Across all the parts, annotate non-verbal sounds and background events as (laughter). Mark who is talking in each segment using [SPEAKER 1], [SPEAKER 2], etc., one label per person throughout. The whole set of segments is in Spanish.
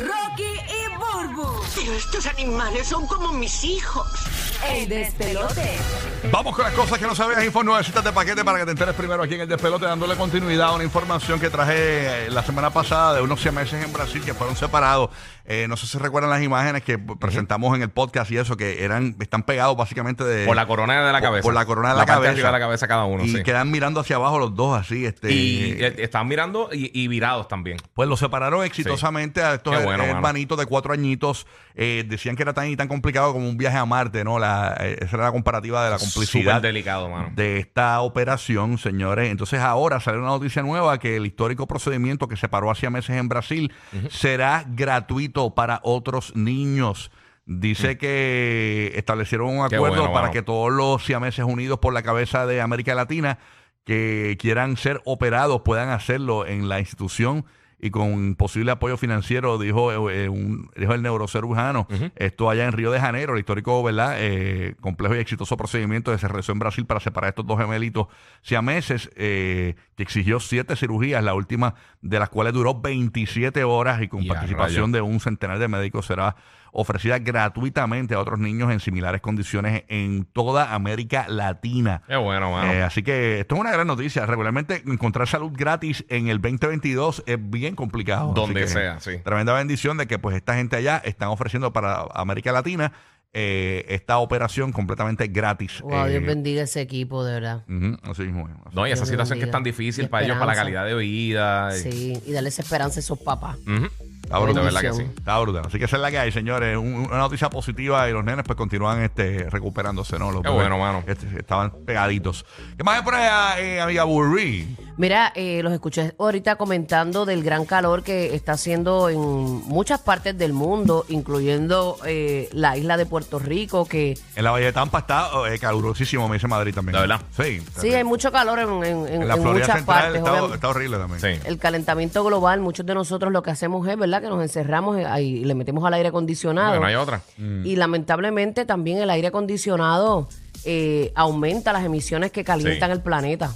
[SPEAKER 1] Rocky y Burbu.
[SPEAKER 2] Pero estos animales son como mis hijos.
[SPEAKER 1] El despelote.
[SPEAKER 3] Vamos con las cosas que no sabías. Info 9 citas de paquete para que te enteres primero aquí en el despelote, dándole continuidad a una información que traje eh, la semana pasada de unos 100 meses en Brasil que fueron separados. Eh, no sé si recuerdan las imágenes que presentamos en el podcast y eso, que eran están pegados básicamente de.
[SPEAKER 4] Por la corona de la
[SPEAKER 3] eh, por-
[SPEAKER 4] cabeza.
[SPEAKER 3] Por la corona de la,
[SPEAKER 4] La parte
[SPEAKER 3] cabeza.
[SPEAKER 4] de arriba de la cabeza cada uno,
[SPEAKER 3] Y
[SPEAKER 4] sí.
[SPEAKER 3] quedan mirando hacia abajo los dos así. Este,
[SPEAKER 4] Y
[SPEAKER 3] eh,
[SPEAKER 4] eh, estaban mirando y, y virados también.
[SPEAKER 3] Pues los separaron exitosamente a estos
[SPEAKER 4] Qué bueno, mano.
[SPEAKER 3] hermanitos de cuatro añitos. Eh, decían que era tan y tan complicado como un viaje a Marte, ¿no? La, eh, esa era la comparativa de la complicidad
[SPEAKER 4] Súper delicado, mano.
[SPEAKER 3] de esta operación, señores. Entonces ahora sale una noticia nueva que el histórico procedimiento que se paró hacía meses en Brasil será gratuito para otros niños. Dice que establecieron un
[SPEAKER 4] Mm. Qué
[SPEAKER 3] acuerdo
[SPEAKER 4] bueno,
[SPEAKER 3] para
[SPEAKER 4] mano.
[SPEAKER 3] que todos los siameses unidos por la cabeza de América Latina que quieran ser operados puedan hacerlo en la institución y con posible apoyo financiero, dijo, eh, un- dijo el neurocirujano. Esto allá en Río de Janeiro, el histórico, ¿verdad? Eh, complejo y exitoso procedimiento que se realizó en Brasil para separar estos dos gemelitos siameses, eh, que exigió siete cirugías, la última de las cuales duró 27 horas y con
[SPEAKER 4] Y a
[SPEAKER 3] participación de un centenar de médicos será ofrecida gratuitamente a otros niños en similares condiciones en toda América Latina.
[SPEAKER 4] Qué bueno, mano.
[SPEAKER 3] Eh, así que esto es una gran noticia. Regularmente encontrar salud gratis en el 2022 es bien complicado. Así
[SPEAKER 4] Donde
[SPEAKER 3] que,
[SPEAKER 4] sea, sí.
[SPEAKER 3] Tremenda bendición de que pues esta gente allá están ofreciendo para América Latina eh, esta operación completamente gratis.
[SPEAKER 5] Wow,
[SPEAKER 3] Eh,
[SPEAKER 5] Dios bendiga ese equipo, de verdad.
[SPEAKER 3] ujú, así mismo es. Así-
[SPEAKER 4] No, y esa
[SPEAKER 5] Dios
[SPEAKER 4] situación que es
[SPEAKER 5] bendiga.
[SPEAKER 4] tan difícil
[SPEAKER 5] Y
[SPEAKER 4] para ellos, para la
[SPEAKER 5] esperanza.
[SPEAKER 4] calidad de vida. y-
[SPEAKER 5] Sí, y darle esa esperanza a esos papás.
[SPEAKER 4] Ujú.
[SPEAKER 3] Está
[SPEAKER 5] Qué
[SPEAKER 4] De
[SPEAKER 3] brutal.
[SPEAKER 4] verdad que sí.
[SPEAKER 5] bendición.
[SPEAKER 3] Está brutal. Así que esa es la que hay, señores. Un- una noticia positiva y los nenes pues continúan este, recuperándose, ¿no? Los
[SPEAKER 4] Qué
[SPEAKER 3] bebés
[SPEAKER 4] bueno, mano.
[SPEAKER 3] este, estaban pegaditos. ¿Qué más hay por allá, eh, amiga Burry?
[SPEAKER 5] Mira, eh, los escuché ahorita comentando del gran calor que está haciendo en muchas partes del mundo, incluyendo eh, la isla de Puerto Rico, que
[SPEAKER 3] En la Valle de Tampa está eh, calurosísimo, me dice Madrid también.
[SPEAKER 4] ¿De verdad?
[SPEAKER 3] Sí.
[SPEAKER 5] sí, hay mucho calor en, en- en-
[SPEAKER 3] En la
[SPEAKER 5] en
[SPEAKER 3] Florida
[SPEAKER 5] muchas
[SPEAKER 3] Central
[SPEAKER 5] partes.
[SPEAKER 3] está,
[SPEAKER 5] obviamente.
[SPEAKER 3] está horrible también.
[SPEAKER 4] Sí.
[SPEAKER 5] el calentamiento global, muchos de nosotros lo que hacemos es, ¿verdad? Que nos encerramos eh, ahí y le metemos al aire acondicionado.
[SPEAKER 4] Bueno, hay otra.
[SPEAKER 5] Y lamentablemente también el aire acondicionado eh, aumenta las emisiones que calientan
[SPEAKER 4] Sí.
[SPEAKER 5] el planeta.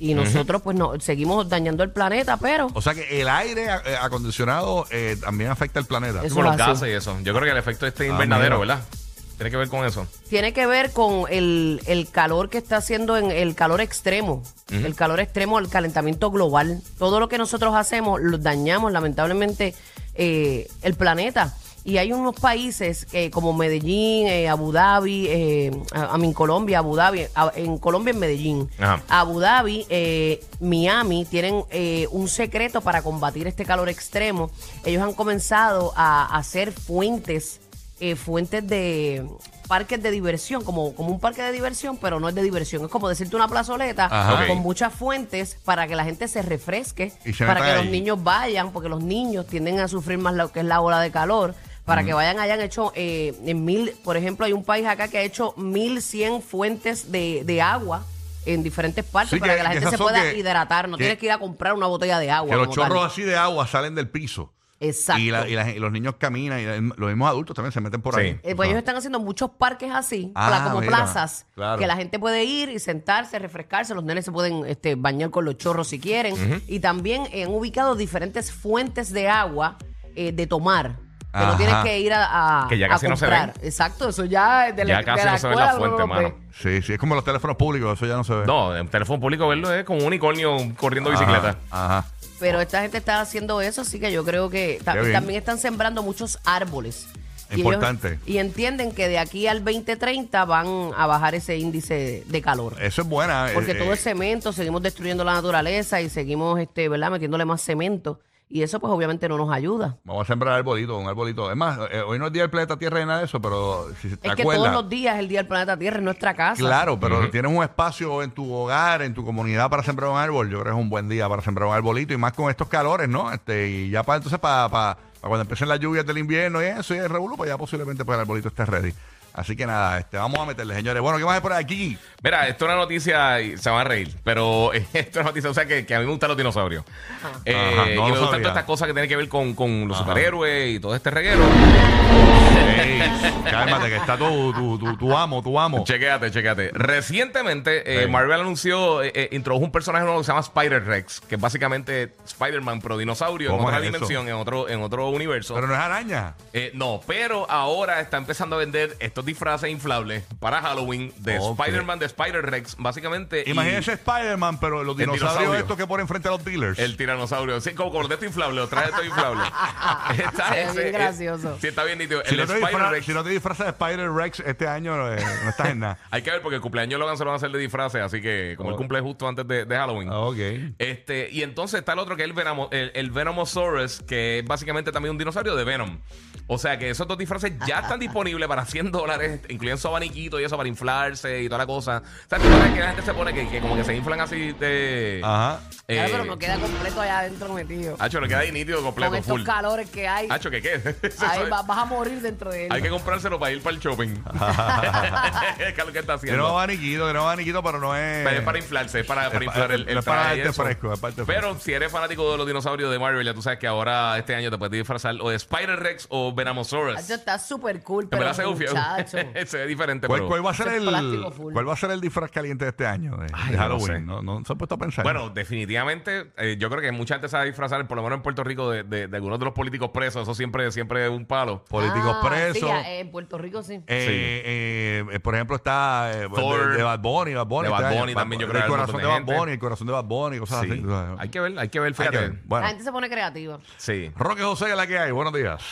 [SPEAKER 5] Y nosotros pues no, seguimos dañando el planeta, pero...
[SPEAKER 3] O sea que el aire eh, acondicionado eh, también afecta el planeta.
[SPEAKER 5] Eso
[SPEAKER 4] Con los
[SPEAKER 5] es así.
[SPEAKER 4] gases y eso. Yo creo que el efecto este
[SPEAKER 3] Ah,
[SPEAKER 4] invernadero,
[SPEAKER 3] mira.
[SPEAKER 4] ¿verdad? Tiene que ver con eso.
[SPEAKER 5] Tiene que ver con el, el calor que está haciendo en el calor extremo, el calor extremo, el calentamiento global. Todo lo que nosotros hacemos, lo dañamos lamentablemente eh, el planeta. Y hay unos países eh, como Medellín, eh, Abu Dhabi, eh, a, a mí en Colombia, Abu Dhabi, a- en Colombia, en Medellín,
[SPEAKER 4] Ajá.
[SPEAKER 5] Abu Dhabi, eh, Miami, tienen eh, un secreto para combatir este calor extremo. Ellos han comenzado a hacer fuentes eh, fuentes de parques de diversión, como, como un parque de diversión, pero no es de diversión, es como decirte una plazoleta
[SPEAKER 3] Ajá.
[SPEAKER 5] con
[SPEAKER 4] Ok.
[SPEAKER 5] muchas fuentes para que la gente se refresque,
[SPEAKER 3] Y se
[SPEAKER 5] para
[SPEAKER 3] metan
[SPEAKER 5] que los
[SPEAKER 3] ahí.
[SPEAKER 5] niños vayan, porque los niños tienden a sufrir más lo que es la ola de calor. Para que vayan, hayan hecho eh, en mil, por ejemplo, hay un país acá que ha hecho 1100 fuentes de, de agua en diferentes partes
[SPEAKER 3] Sí,
[SPEAKER 5] para
[SPEAKER 3] que-
[SPEAKER 5] que, la
[SPEAKER 3] que
[SPEAKER 5] gente
[SPEAKER 3] esas
[SPEAKER 5] se
[SPEAKER 3] son
[SPEAKER 5] pueda
[SPEAKER 3] que-
[SPEAKER 5] hidratar. No
[SPEAKER 3] que-
[SPEAKER 5] tienes que ir a comprar una botella de agua.
[SPEAKER 3] que los
[SPEAKER 5] como tal.
[SPEAKER 3] chorros así de agua salen del piso.
[SPEAKER 5] Exacto.
[SPEAKER 3] Y, la- y la- y los niños caminan y la- los mismos adultos también se meten por
[SPEAKER 4] Sí.
[SPEAKER 3] ahí.
[SPEAKER 5] Eh, pues
[SPEAKER 3] Ah.
[SPEAKER 5] ellos están haciendo muchos parques así,
[SPEAKER 3] Ah,
[SPEAKER 5] pla- como
[SPEAKER 3] mira,
[SPEAKER 5] plazas,
[SPEAKER 3] claro.
[SPEAKER 5] que la gente puede ir y sentarse, refrescarse, los nenes se pueden este, bañar con los chorros si quieren. Y también eh, han ubicado diferentes fuentes de agua eh, de tomar. Que
[SPEAKER 3] Ajá.
[SPEAKER 5] no tienes que ir a, a-
[SPEAKER 4] Que ya
[SPEAKER 5] a
[SPEAKER 4] casi no se
[SPEAKER 5] comprar. Exacto, eso ya es de la
[SPEAKER 4] Ya casi
[SPEAKER 5] de la
[SPEAKER 4] no se ven las
[SPEAKER 5] escuela, uno
[SPEAKER 4] fuentes,
[SPEAKER 5] no ve.
[SPEAKER 4] mano.
[SPEAKER 3] Sí, sí, es como los teléfonos públicos, eso ya no se ve.
[SPEAKER 4] No, el teléfono público verlo es como un unicornio corriendo
[SPEAKER 3] Ajá,
[SPEAKER 4] bicicleta.
[SPEAKER 3] Ajá.
[SPEAKER 5] Pero esta gente está haciendo eso, así que yo creo que ta-
[SPEAKER 3] Qué bien.
[SPEAKER 5] también están sembrando muchos árboles. Y ellos-
[SPEAKER 3] Importante.
[SPEAKER 5] y entienden que de aquí al 2030 van a bajar ese índice de calor.
[SPEAKER 3] Eso es buena. eh,
[SPEAKER 5] Porque todo
[SPEAKER 3] eh,
[SPEAKER 5] es cemento, seguimos destruyendo la naturaleza y seguimos, este, ¿verdad? Metiéndole más cemento. Y eso, pues, obviamente no nos ayuda.
[SPEAKER 3] Vamos a sembrar arbolito, un arbolito. Es más, eh, hoy no es día del planeta Tierra ni nada de eso, pero si te
[SPEAKER 5] Es que
[SPEAKER 3] acuerdas.
[SPEAKER 5] todos los días el día del planeta Tierra es nuestra casa.
[SPEAKER 3] Claro, pero tienes un espacio en tu hogar, en tu comunidad para sembrar un árbol. Yo creo que es un buen día para sembrar un arbolito y más con estos calores, ¿no? Este, y ya para entonces, para, para- para cuando empiecen las lluvias del invierno y eso, y el revolú, pues ya posiblemente pues, el arbolito esté ready. Así que nada, este, vamos a meterle, señores. Bueno, ¿qué más hay por aquí?
[SPEAKER 4] Mira, esto es una noticia, y se van a reír, pero (laughs) esto es una noticia, o sea, que, que a mí me gustan los dinosaurios. Eh,
[SPEAKER 3] Ajá, no
[SPEAKER 4] y
[SPEAKER 3] lo
[SPEAKER 4] me
[SPEAKER 3] sabía.
[SPEAKER 4] gustan todas estas cosas que tienen que ver con, con los superhéroes y todo este reguero.
[SPEAKER 3] Ey, cálmate, que está tu, tu, tu, tu amo, tu amo.
[SPEAKER 4] Chequéate, chequéate. Recientemente, eh,
[SPEAKER 3] Sí.
[SPEAKER 4] Marvel anunció, eh, eh, introdujo un personaje nuevo que se llama Spider-Rex, que es básicamente Spider-Man, pero dinosaurio, en
[SPEAKER 3] ¿Cómo
[SPEAKER 4] otra
[SPEAKER 3] es eso?
[SPEAKER 4] dimensión, en otro, en otro universo.
[SPEAKER 3] Pero no es araña.
[SPEAKER 4] Eh, no, pero ahora está empezando a vender estos disfraces inflables para Halloween de
[SPEAKER 3] Ok.
[SPEAKER 4] Spider-Man, de Spider-Rex, básicamente. y
[SPEAKER 3] Imagínense Spider-Man, pero los
[SPEAKER 4] El
[SPEAKER 3] dinosaurios
[SPEAKER 4] dinosaurio.
[SPEAKER 3] estos que ponen frente a los dealers.
[SPEAKER 4] El tiranosaurio, sí, como con los de este estos inflables, los trajes de
[SPEAKER 3] (laughs)
[SPEAKER 4] estos inflables.
[SPEAKER 5] Se
[SPEAKER 4] está
[SPEAKER 5] ve bien
[SPEAKER 4] eh,
[SPEAKER 5] gracioso.
[SPEAKER 4] sí, está bien nítido.
[SPEAKER 3] si,
[SPEAKER 4] el
[SPEAKER 3] no te disfra-
[SPEAKER 4] Spider-Rex.
[SPEAKER 3] si no te disfrazas de Spider-Rex este año, eh, no estás
[SPEAKER 4] (laughs)
[SPEAKER 3] en nada.
[SPEAKER 4] Hay que ver porque el cumpleaños de Logan se lo van a hacer de disfraces, así que como él
[SPEAKER 3] Oh.
[SPEAKER 4] cumple justo antes de, de Halloween.
[SPEAKER 3] ok.
[SPEAKER 4] Este, y entonces está el otro que es el, Venomo- el, el Venomosaurus, que es básicamente también un dinosaurio de Venom. O sea que esos dos disfraces ya están disponibles para 100 dólares, incluyen su abaniquito y eso para inflarse y toda la cosa. O sea, tú sabes que la gente se pone que, que como que se inflan así de.
[SPEAKER 3] Ajá.
[SPEAKER 4] eh,
[SPEAKER 5] Claro, pero no queda completo allá adentro metido.
[SPEAKER 4] Hacho, le queda ahí nítido completo,
[SPEAKER 5] Con estos
[SPEAKER 4] full.
[SPEAKER 5] calores que hay,
[SPEAKER 4] Hacho, (laughs) que quede.
[SPEAKER 5] ahí va- vas a morir dentro de él.
[SPEAKER 4] Hay que comprárselo para ir para el shopping. (laughs) ¿Qué es lo que está
[SPEAKER 3] Tiene un
[SPEAKER 4] haciendo?
[SPEAKER 3] abaniquito, tiene un abaniquito, pero no es.
[SPEAKER 4] Pero es para inflarse, es para,
[SPEAKER 3] Es
[SPEAKER 4] para
[SPEAKER 3] pa-
[SPEAKER 4] inflar el, el
[SPEAKER 3] es para
[SPEAKER 4] traje y
[SPEAKER 3] darte
[SPEAKER 4] eso.
[SPEAKER 3] fresco, es para darte
[SPEAKER 4] Pero si eres fanático de los dinosaurios de Marvel, ya tú sabes que ahora este año te puedes disfrazar o de Spider-Rex o Venamosaurus.
[SPEAKER 5] Hacho, está súper cool,
[SPEAKER 4] En
[SPEAKER 5] Ah, pero
[SPEAKER 4] verdad se gufió.
[SPEAKER 5] muchacho.
[SPEAKER 4] (laughs) Se ve diferente,
[SPEAKER 3] ¿Cuál,
[SPEAKER 4] pero...
[SPEAKER 3] cuál va a ser
[SPEAKER 5] Ese es
[SPEAKER 3] el,
[SPEAKER 5] plástico full.
[SPEAKER 3] ¿Cuál va a ser el disfraz caliente de este año? De, de
[SPEAKER 4] Ay, no sé.
[SPEAKER 3] Halloween. No, no se ha puesto a pensar.
[SPEAKER 4] Bueno, definitivamente, eh, yo creo que mucha gente se va a disfrazar, por lo menos en Puerto Rico, de, de- de algunos de los políticos presos. Eso siempre, siempre es un palo.
[SPEAKER 3] (laughs) políticos
[SPEAKER 5] Ah,
[SPEAKER 3] presos.
[SPEAKER 5] Sí, ya, en Puerto Rico sí.
[SPEAKER 3] Eh, eh, eh, por ejemplo, está eh,
[SPEAKER 4] Thor.
[SPEAKER 3] de, de Bad Bunny, Bad Bunny.
[SPEAKER 4] De
[SPEAKER 3] este
[SPEAKER 4] Bad
[SPEAKER 3] año.
[SPEAKER 4] Bunny también, yo creo que
[SPEAKER 3] El
[SPEAKER 4] hay un
[SPEAKER 3] corazón de Bad
[SPEAKER 4] montón de gente.
[SPEAKER 3] Bunny, el corazón de Bad Bunny, cosas
[SPEAKER 4] Sí.
[SPEAKER 3] así. tú sabes.
[SPEAKER 4] Hay que ver, hay que ver,
[SPEAKER 3] Hay que
[SPEAKER 4] fíjate.
[SPEAKER 3] ver. Bueno,
[SPEAKER 5] La gente se pone creativa.
[SPEAKER 3] (laughs)
[SPEAKER 4] Sí.
[SPEAKER 3] Roque José, la que hay. Buenos días.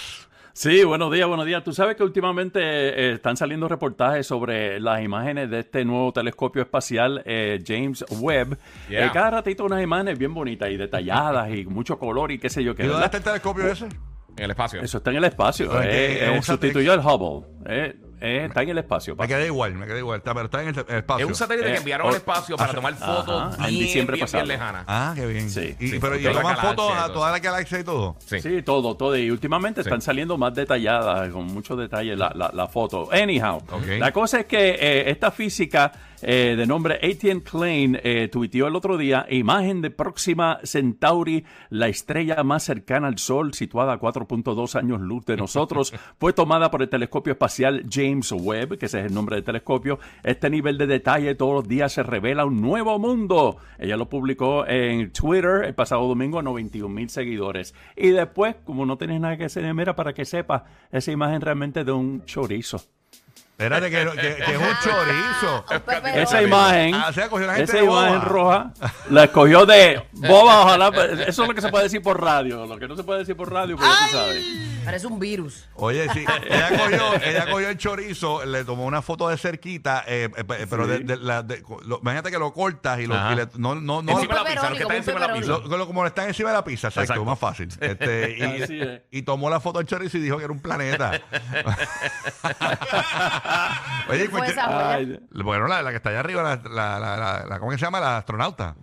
[SPEAKER 6] Sí, buenos días, buenos días. Tú sabes que últimamente eh, están saliendo reportajes sobre las imágenes de este nuevo telescopio espacial eh, James Webb.
[SPEAKER 4] Yeah.
[SPEAKER 6] Eh, cada ratito unas imágenes bien bonitas y detalladas y mucho color y qué sé yo qué.
[SPEAKER 3] ¿Y dónde
[SPEAKER 6] ¿verdad?
[SPEAKER 3] está el telescopio
[SPEAKER 4] Uh,
[SPEAKER 3] ese?
[SPEAKER 4] En el espacio.
[SPEAKER 6] Eso está en el espacio.
[SPEAKER 3] Pero es que
[SPEAKER 6] eh,
[SPEAKER 3] es un
[SPEAKER 6] eh, sustituyó al Hubble. eh, eh, está en el espacio.
[SPEAKER 3] Me
[SPEAKER 6] papá.
[SPEAKER 3] quedé igual, me quedé igual. Está, pero está en el, el espacio.
[SPEAKER 4] Es un satélite
[SPEAKER 6] Eh,
[SPEAKER 4] que enviaron al
[SPEAKER 6] o-
[SPEAKER 4] espacio para tomar fotos
[SPEAKER 6] Ajá, en
[SPEAKER 4] bien,
[SPEAKER 6] diciembre
[SPEAKER 4] bien,
[SPEAKER 6] pasado.
[SPEAKER 4] bien lejanas.
[SPEAKER 3] Ah, qué bien.
[SPEAKER 6] Sí,
[SPEAKER 3] y,
[SPEAKER 4] sí,
[SPEAKER 3] pero y
[SPEAKER 4] toda la
[SPEAKER 3] toman
[SPEAKER 4] galaxia
[SPEAKER 3] fotos
[SPEAKER 4] y
[SPEAKER 3] a
[SPEAKER 4] todo
[SPEAKER 3] toda la galaxia y todo.
[SPEAKER 4] Sí.
[SPEAKER 6] Sí, todo, todo. Y últimamente
[SPEAKER 4] Sí.
[SPEAKER 6] están saliendo más detalladas, con mucho detalle la, la, la foto. Anyhow,
[SPEAKER 3] Ok.
[SPEAKER 6] la cosa es que eh, esta física eh, de nombre Etienne Klein eh, tuiteó el otro día imagen de próxima Centauri, la estrella más cercana al Sol, situada a 4.2 años luz de nosotros, fue tomada por el telescopio espacial James Webb, que ese es el nombre del telescopio. Este nivel de detalle todos los días se revela un nuevo mundo. Ella lo publicó en Twitter el pasado domingo, 91 mil seguidores. Y después, como no tienes nada que hacer, mira, para que sepas, esa imagen realmente es de un chorizo.
[SPEAKER 3] Espérate, que, que- que es un chorizo.
[SPEAKER 5] Ah, Pepe,
[SPEAKER 6] Esa
[SPEAKER 5] no.
[SPEAKER 6] imagen,
[SPEAKER 3] Ah, o sea, cogió la gente
[SPEAKER 6] esa
[SPEAKER 3] de boba.
[SPEAKER 6] imagen roja, la escogió de boba, ojalá. Eso es lo que se puede decir por radio, lo que no se puede decir por radio, pues ya tú sabes.
[SPEAKER 5] Parece un virus.
[SPEAKER 3] Oye, sí, ella cogió, ella cogió el chorizo, le tomó una foto de cerquita, eh, eh, pe- pero de, de la- de- lo- imagínate que lo cortas y, lo,
[SPEAKER 4] Ajá.
[SPEAKER 3] y le- no, no, no,
[SPEAKER 4] Encima de la pizza,
[SPEAKER 5] pepperoni,
[SPEAKER 4] los que
[SPEAKER 5] como
[SPEAKER 4] están
[SPEAKER 5] un
[SPEAKER 4] encima de la pizza.
[SPEAKER 3] lo- lo- como están encima de la pizza, exacto,
[SPEAKER 4] Exacto.
[SPEAKER 3] más fácil. Este,
[SPEAKER 6] Así es.
[SPEAKER 3] y, y tomó la foto del chorizo y dijo que era un
[SPEAKER 4] (laughs)
[SPEAKER 3] planeta. Oye,
[SPEAKER 5] Fue
[SPEAKER 3] pues,
[SPEAKER 5] esa huella.
[SPEAKER 6] Ay,
[SPEAKER 3] bueno, la, la que está allá arriba, la, la, la, la- la- ¿cómo que se llama? La astronauta.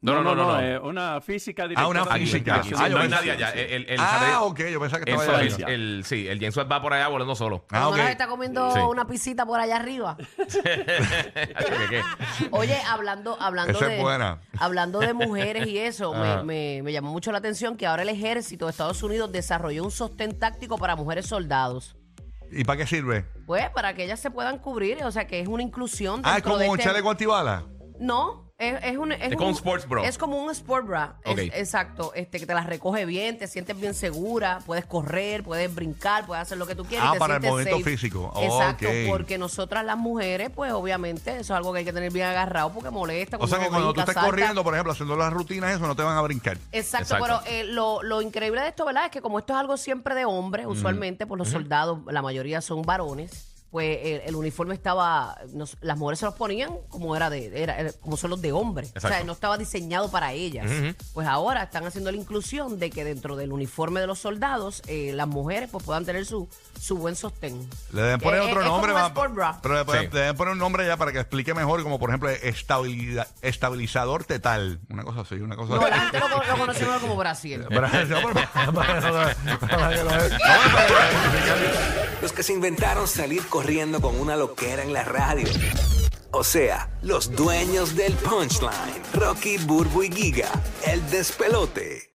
[SPEAKER 6] no, no, no, no,
[SPEAKER 4] no.
[SPEAKER 6] eh, una física
[SPEAKER 3] Ah, una
[SPEAKER 6] directora de
[SPEAKER 3] física.
[SPEAKER 6] investigación
[SPEAKER 3] Ah,
[SPEAKER 6] de
[SPEAKER 3] yo
[SPEAKER 4] no hay
[SPEAKER 3] pensé-
[SPEAKER 4] nadie allá. El, el, el satélite-
[SPEAKER 3] Ah, ok, yo pensaba que
[SPEAKER 4] el-
[SPEAKER 3] estaba allá.
[SPEAKER 4] el- el- sí, el James Webb va por allá
[SPEAKER 3] (laughs)
[SPEAKER 4] volando solo.
[SPEAKER 3] Ah,
[SPEAKER 5] Por lo
[SPEAKER 3] ok.
[SPEAKER 5] menos está comiendo
[SPEAKER 4] Sí.
[SPEAKER 5] una pisita por allá arriba.
[SPEAKER 4] Hacho, que qué.
[SPEAKER 5] Oye, hablando, hablando
[SPEAKER 3] Esa es
[SPEAKER 5] de
[SPEAKER 3] buena. Ah.
[SPEAKER 5] hablando de mujeres
[SPEAKER 3] (laughs)
[SPEAKER 5] y eso, me, me- me llamó mucho la atención que ahora el ejército de Estados Unidos desarrolló un sostén táctico para mujeres soldados.
[SPEAKER 3] ¿Y para qué sirve?
[SPEAKER 5] Pues para que ellas se puedan cubrir, o sea que es una inclusión
[SPEAKER 3] Ah, es
[SPEAKER 5] dentro
[SPEAKER 3] como
[SPEAKER 5] de
[SPEAKER 3] un
[SPEAKER 5] este-
[SPEAKER 3] chaleco antibala.
[SPEAKER 5] No, es, es un es,
[SPEAKER 4] Es como
[SPEAKER 5] un-
[SPEAKER 4] un sports bra.
[SPEAKER 5] Es como un sport bra. Es-
[SPEAKER 4] Ok.
[SPEAKER 5] exacto, este que te las recoge bien, te sientes bien segura, puedes correr, puedes brincar, puedes hacer lo que tú quieras. y
[SPEAKER 3] Ah,
[SPEAKER 5] te
[SPEAKER 3] para el
[SPEAKER 5] sientes
[SPEAKER 3] movimiento
[SPEAKER 5] safe.
[SPEAKER 3] físico.
[SPEAKER 5] Exacto,
[SPEAKER 3] Ok.
[SPEAKER 5] porque nosotras las mujeres, pues obviamente eso es algo que hay que tener bien agarrado porque molesta.
[SPEAKER 3] O sea
[SPEAKER 5] uno
[SPEAKER 3] que cuando tú
[SPEAKER 5] brinca,
[SPEAKER 3] estés
[SPEAKER 5] salta.
[SPEAKER 3] corriendo, por ejemplo, haciendo las rutinas, eso no te van a brincar.
[SPEAKER 5] Exacto,
[SPEAKER 4] Exacto.
[SPEAKER 5] pero eh, lo, lo increíble de esto, ¿verdad? Es que como esto es algo siempre de hombres, usualmente, pues los soldados, la mayoría son varones, pues eh, el, uniforme estaba, nos- las mujeres se los ponían como era de, era, era- como son los de hombres. O sea,
[SPEAKER 4] Exacto.
[SPEAKER 5] no estaba diseñado para ellas. Pues ahora están haciendo la inclusión de que dentro del uniforme de los soldados, eh, las mujeres pues puedan tener su, su buen sostén.
[SPEAKER 3] Le deben
[SPEAKER 5] Que
[SPEAKER 3] poner
[SPEAKER 5] es-
[SPEAKER 3] otro
[SPEAKER 5] Eh, es como
[SPEAKER 3] nombre,
[SPEAKER 5] un
[SPEAKER 3] va-
[SPEAKER 5] sport bra.
[SPEAKER 3] pero le, pueden-
[SPEAKER 4] Sí.
[SPEAKER 3] le deben poner un nombre ya para que explique mejor, como por ejemplo estabilidad, estabilizador tetal, una cosa así, una cosa
[SPEAKER 5] No, la
[SPEAKER 3] así.
[SPEAKER 5] gente lo,
[SPEAKER 3] (laughs)
[SPEAKER 5] lo conoce mejor como Brasil.
[SPEAKER 4] (laughs)
[SPEAKER 3] Para- no, para- para- para- para- para- para- para- para- para- para-
[SPEAKER 7] Los que se inventaron salir corriendo con una loquera en la radio. O sea, los dueños del punchline. Rocky, Burbu y Giga. El despelote.